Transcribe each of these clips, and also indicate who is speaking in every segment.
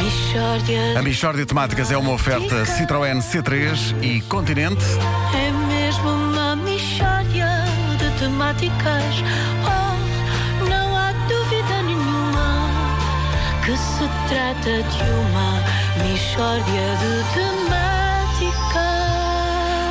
Speaker 1: Michórdia
Speaker 2: A Michórdia de Temáticas é uma oferta Citroën C3 e Continente.
Speaker 1: é mesmo uma Michórdia de temáticas. Oh, não há dúvida nenhuma que se trata de uma Michórdia de temáticas.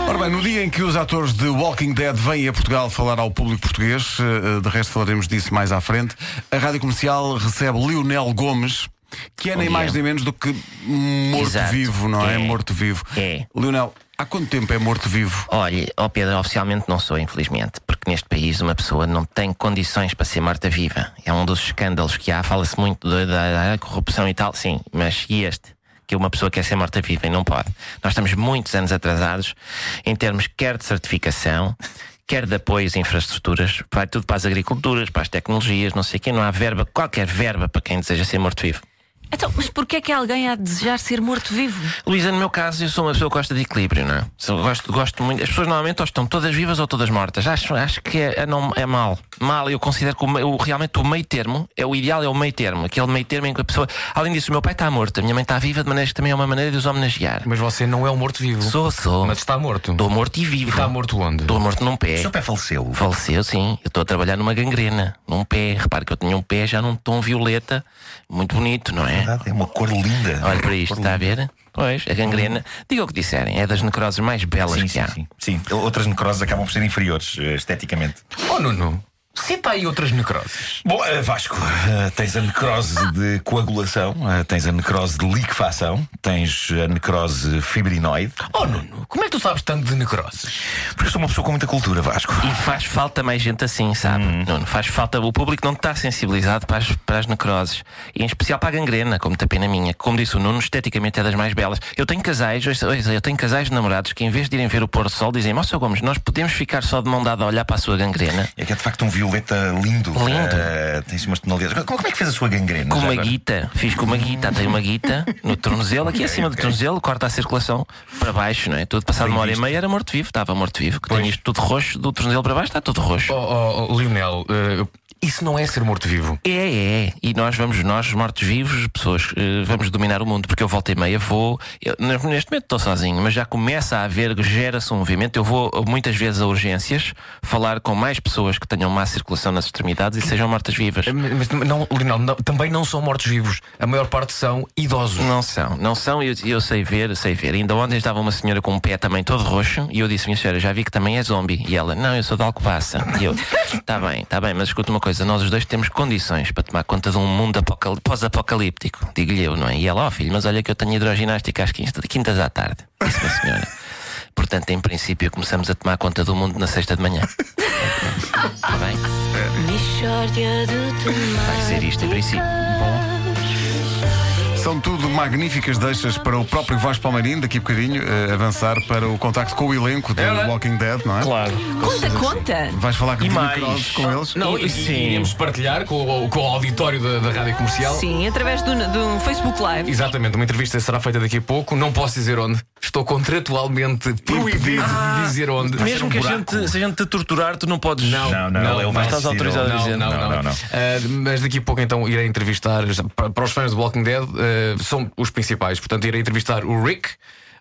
Speaker 2: Ora bem, no dia em que os atores de Walking Dead vêm a Portugal falar ao público português, eh, eh, de resto falaremos disso mais à frente, a Rádio Comercial recebe Lionel Gomes, que é nem mais nem menos do que morto-vivo, não é?
Speaker 3: É.
Speaker 2: Morto-vivo.
Speaker 3: É.
Speaker 2: Lionel, há quanto tempo é morto-vivo?
Speaker 3: Olhe, ó Pedro, oficialmente não sou, infelizmente, porque neste país uma pessoa não tem condições para ser morta-viva. É um dos escândalos que há, fala-se muito da, da- da corrupção e tal, sim, mas e este? Que uma pessoa quer ser morta-viva e não pode. Nós estamos muitos anos atrasados em termos quer de certificação, quer de apoios e infraestruturas, vai tudo para as agriculturas, para as tecnologias, não sei o quê, não há verba, qualquer verba para quem deseja ser morto-vivo.
Speaker 4: Então, mas porquê é que alguém há de desejar ser morto-vivo?
Speaker 3: Luísa, no meu caso, eu sou uma pessoa que gosta de equilíbrio, não é? Sou- Gosto, gosto muito. As pessoas normalmente ou estão todas vivas ou todas mortas. Acho, acho que é, é não, é mal. Mal, eu considero que o, me- o- realmente o meio termo, é o ideal é o meio termo. Aquele meio termo em que a pessoa. Além disso, o meu pai está morto, a minha mãe está viva, de maneira que também é uma maneira de os homenagear.
Speaker 5: Mas você não é um morto-vivo.
Speaker 3: Sou, sou.
Speaker 5: Mas está morto.
Speaker 3: Estou morto e vivo.
Speaker 5: Está morto onde?
Speaker 3: Estou morto num pé.
Speaker 6: Seu pé faleceu.
Speaker 3: Faleceu, sim. Eu estou a trabalhar numa gangrena, num pé. Repare que eu tinha um pé já num tom violeta, muito bonito, não é?
Speaker 6: É uma cor linda.
Speaker 3: Olha para isto,
Speaker 6: Cor
Speaker 3: está a
Speaker 6: linda.
Speaker 3: ver? Pois, a gangrena. Diga o que disserem, é das necroses mais belas
Speaker 6: Sim,
Speaker 3: que
Speaker 6: sim,
Speaker 3: há.
Speaker 6: sim, sim. Outras necroses acabam por ser inferiores eh, esteticamente.
Speaker 5: Oh, Nuno. Cita aí outras necroses.
Speaker 6: Bom, eh, Vasco, eh, tens a necrose de coagulação, eh, tens a necrose de liquefação, tens a necrose fibrinoide.
Speaker 5: Oh, Nuno. Como é que tu sabes tanto de necroses?
Speaker 6: Porque sou uma pessoa com muita cultura, Vasco.
Speaker 3: E faz falta mais gente assim, sabe?
Speaker 6: Uhum.
Speaker 3: Nuno? faz falta. O público não está sensibilizado para as, para as necroses. E em especial para a gangrena, como tapena minha. que, Como disse o Nuno, esteticamente é das mais belas. Eu tenho casais, ouça- ouça, eu tenho casais de namorados que, em vez de irem ver o pôr do sol, dizem: Ó, Sr. Gomes, nós podemos ficar só de mão dada a olhar para a sua gangrena?
Speaker 6: É que é de facto um violeta lindo.
Speaker 3: Lindo.
Speaker 6: Eh, tens umas tonalidades. Como, como é que fez a sua gangrena?
Speaker 3: Com
Speaker 6: já
Speaker 3: uma
Speaker 6: agora?
Speaker 3: guita, fiz com uma guita, tenho uma guita no tornozelo, aqui acima do tornozelo, corta a circulação para baixo, não é? Tudo passado uma hora e meia era morto-vivo, estava morto-vivo, que tenho isto tudo roxo, do tornozelo para baixo está tudo roxo.
Speaker 5: Oh, oh, oh, Lionel. eh, isso não é ser morto-vivo.
Speaker 3: É, é, e nós vamos, nós mortos-vivos, pessoas, eh, vamos dominar o mundo, porque eu volta e meia vou. eu, neste momento estou sozinho, mas já começa a haver, gera-se um movimento. Eu vou eh, muitas vezes a urgências falar com mais pessoas que tenham má circulação nas extremidades e sejam mortas-vivas.
Speaker 5: Eh, Mas não, Lionel, não- também não são mortos-vivos. A maior parte são idosos.
Speaker 3: Não são, não são, e eu, e eu sei ver, sei ver. Ainda ontem estava uma senhora com um pé também todo roxo e eu disse, minha senhora, já vi que também é zombie. E ela, não, eu sou de Alcobaça. E eu, tá bem, tá bem, mas escuta uma coisa, nós os dois temos condições para tomar conta de um mundo apocal- pós-apocalíptico, digo-lhe eu, não é? E ela, ó filho, mas olha que eu tenho hidroginástica às quinta- quintas à tarde, disse a senhora. Portanto, em princípio, começamos a tomar conta do mundo na sexta de manhã. Tá bem?
Speaker 1: Michórdia de temáticas.
Speaker 3: Vai ser isto em princípio.
Speaker 2: São tudo magníficas deixas para o próprio Vasco Palmeirinho, daqui a bocadinho, eh, avançar para o contacto com o elenco do Walking Dead, não é?
Speaker 4: Conta, conta!
Speaker 2: Vais falar com
Speaker 3: E
Speaker 2: o Dino
Speaker 3: mais?
Speaker 2: Cross, com eles?
Speaker 5: Não,
Speaker 3: E-
Speaker 5: e,
Speaker 3: sim.
Speaker 5: e iremos partilhar com, o- com o auditório da, da rádio comercial.
Speaker 4: Sim, através de um, de um Facebook Live.
Speaker 5: Exatamente, uma entrevista será feita daqui a pouco. Não posso dizer onde. Estou contratualmente proibido de dizer onde.
Speaker 3: Ah.
Speaker 5: é um
Speaker 3: Mesmo que a gente, se a gente te torturar, tu não podes.
Speaker 6: Não, não, ele vai
Speaker 3: mas estás
Speaker 6: decidir,
Speaker 3: autorizado a
Speaker 6: ele-
Speaker 3: dizer.
Speaker 5: é, Não, não, não.
Speaker 6: não.
Speaker 5: Ah, mas daqui a pouco então irei entrevistar para, para os fãs do Walking Dead ah, são os principais. Portanto, irei entrevistar o Rick,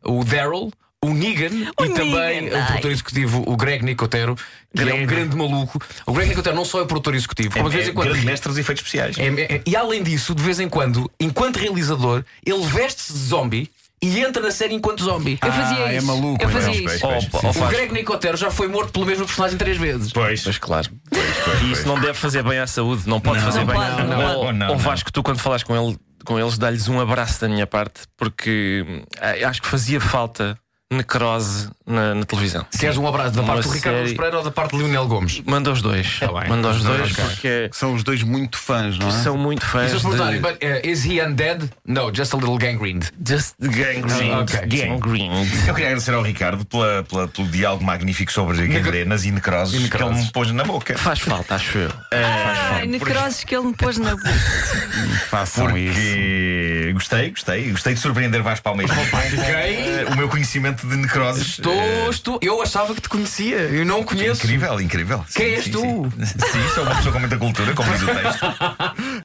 Speaker 5: o Daryl. O Negan
Speaker 4: O
Speaker 5: e também
Speaker 4: Negan,
Speaker 5: o
Speaker 4: ai.
Speaker 5: produtor executivo, o Greg Nicotero, que é um grande maluco. O Greg Nicotero não só é produtor executivo, como de
Speaker 6: É,
Speaker 5: vez
Speaker 6: é
Speaker 5: em quando.
Speaker 6: grande mestre dos efeitos especiais.
Speaker 5: É, é, é. e além disso, de vez em quando, enquanto realizador, ele veste-se de zombie e entra na série enquanto zombie.
Speaker 4: Eu fazia
Speaker 2: Ah, é
Speaker 4: isso.
Speaker 2: maluco,
Speaker 4: eu
Speaker 2: é
Speaker 4: fazia
Speaker 6: Pois,
Speaker 4: isso.
Speaker 3: Oh,
Speaker 6: pois,
Speaker 3: pá,
Speaker 6: sim,
Speaker 3: oh,
Speaker 6: sim.
Speaker 5: O
Speaker 3: Vasco.
Speaker 5: Greg Nicotero já foi morto pelo mesmo personagem três vezes.
Speaker 6: Pois.
Speaker 3: Pois claro.
Speaker 6: Pois, pois,
Speaker 3: E isso não deve fazer bem à saúde, não pode fazer
Speaker 4: Não
Speaker 3: bem.
Speaker 4: pode, não
Speaker 3: Ou-
Speaker 6: pode. Não,
Speaker 3: Ou
Speaker 6: não.
Speaker 3: Vasco, tu quando falas com, ele, com eles, dá-lhes um abraço da minha parte, porque hum, a- acho que fazia falta necrose na, na televisão.
Speaker 5: Queres um abraço da
Speaker 3: Uma
Speaker 5: parte do Ricardo
Speaker 3: série-
Speaker 5: Luz Pereira ou da parte de Lionel Gomes?
Speaker 3: Manda os dois.
Speaker 5: Tá bem.
Speaker 3: Manda os
Speaker 5: Tá
Speaker 3: dois,
Speaker 5: ok.
Speaker 3: porque
Speaker 2: São os dois muito fãs, não é?
Speaker 3: são muito fãs.
Speaker 5: E se eles perguntarem,
Speaker 3: De...
Speaker 5: but, uh, is he undead? No, just a little gangrened.
Speaker 3: Just gangrene.
Speaker 5: Ah, ok.
Speaker 3: gangrene.
Speaker 6: Eu queria agradecer ao Ricardo pela, pela- pelo diálogo magnífico sobre gangrenas e necroses,
Speaker 5: E
Speaker 6: que
Speaker 5: necroses.
Speaker 6: ele me pôs na boca.
Speaker 3: Faz falta, acho eu.
Speaker 4: Ai, necroses que ele me pôs na boca.
Speaker 2: Façam isso.
Speaker 6: Porque gostei, gostei, gostei de surpreender Vasco Palmeiras.
Speaker 5: Fiquei.
Speaker 6: Eh, o meu conhecimento de necroses.
Speaker 5: Estou, estou. Eu achava que te conhecia. Eu não
Speaker 6: eh,
Speaker 5: conheço.
Speaker 6: Incrível, incrível.
Speaker 5: Quem és tu?
Speaker 6: Sim. Sim, sou uma pessoa com muita cultura, como diz o texto.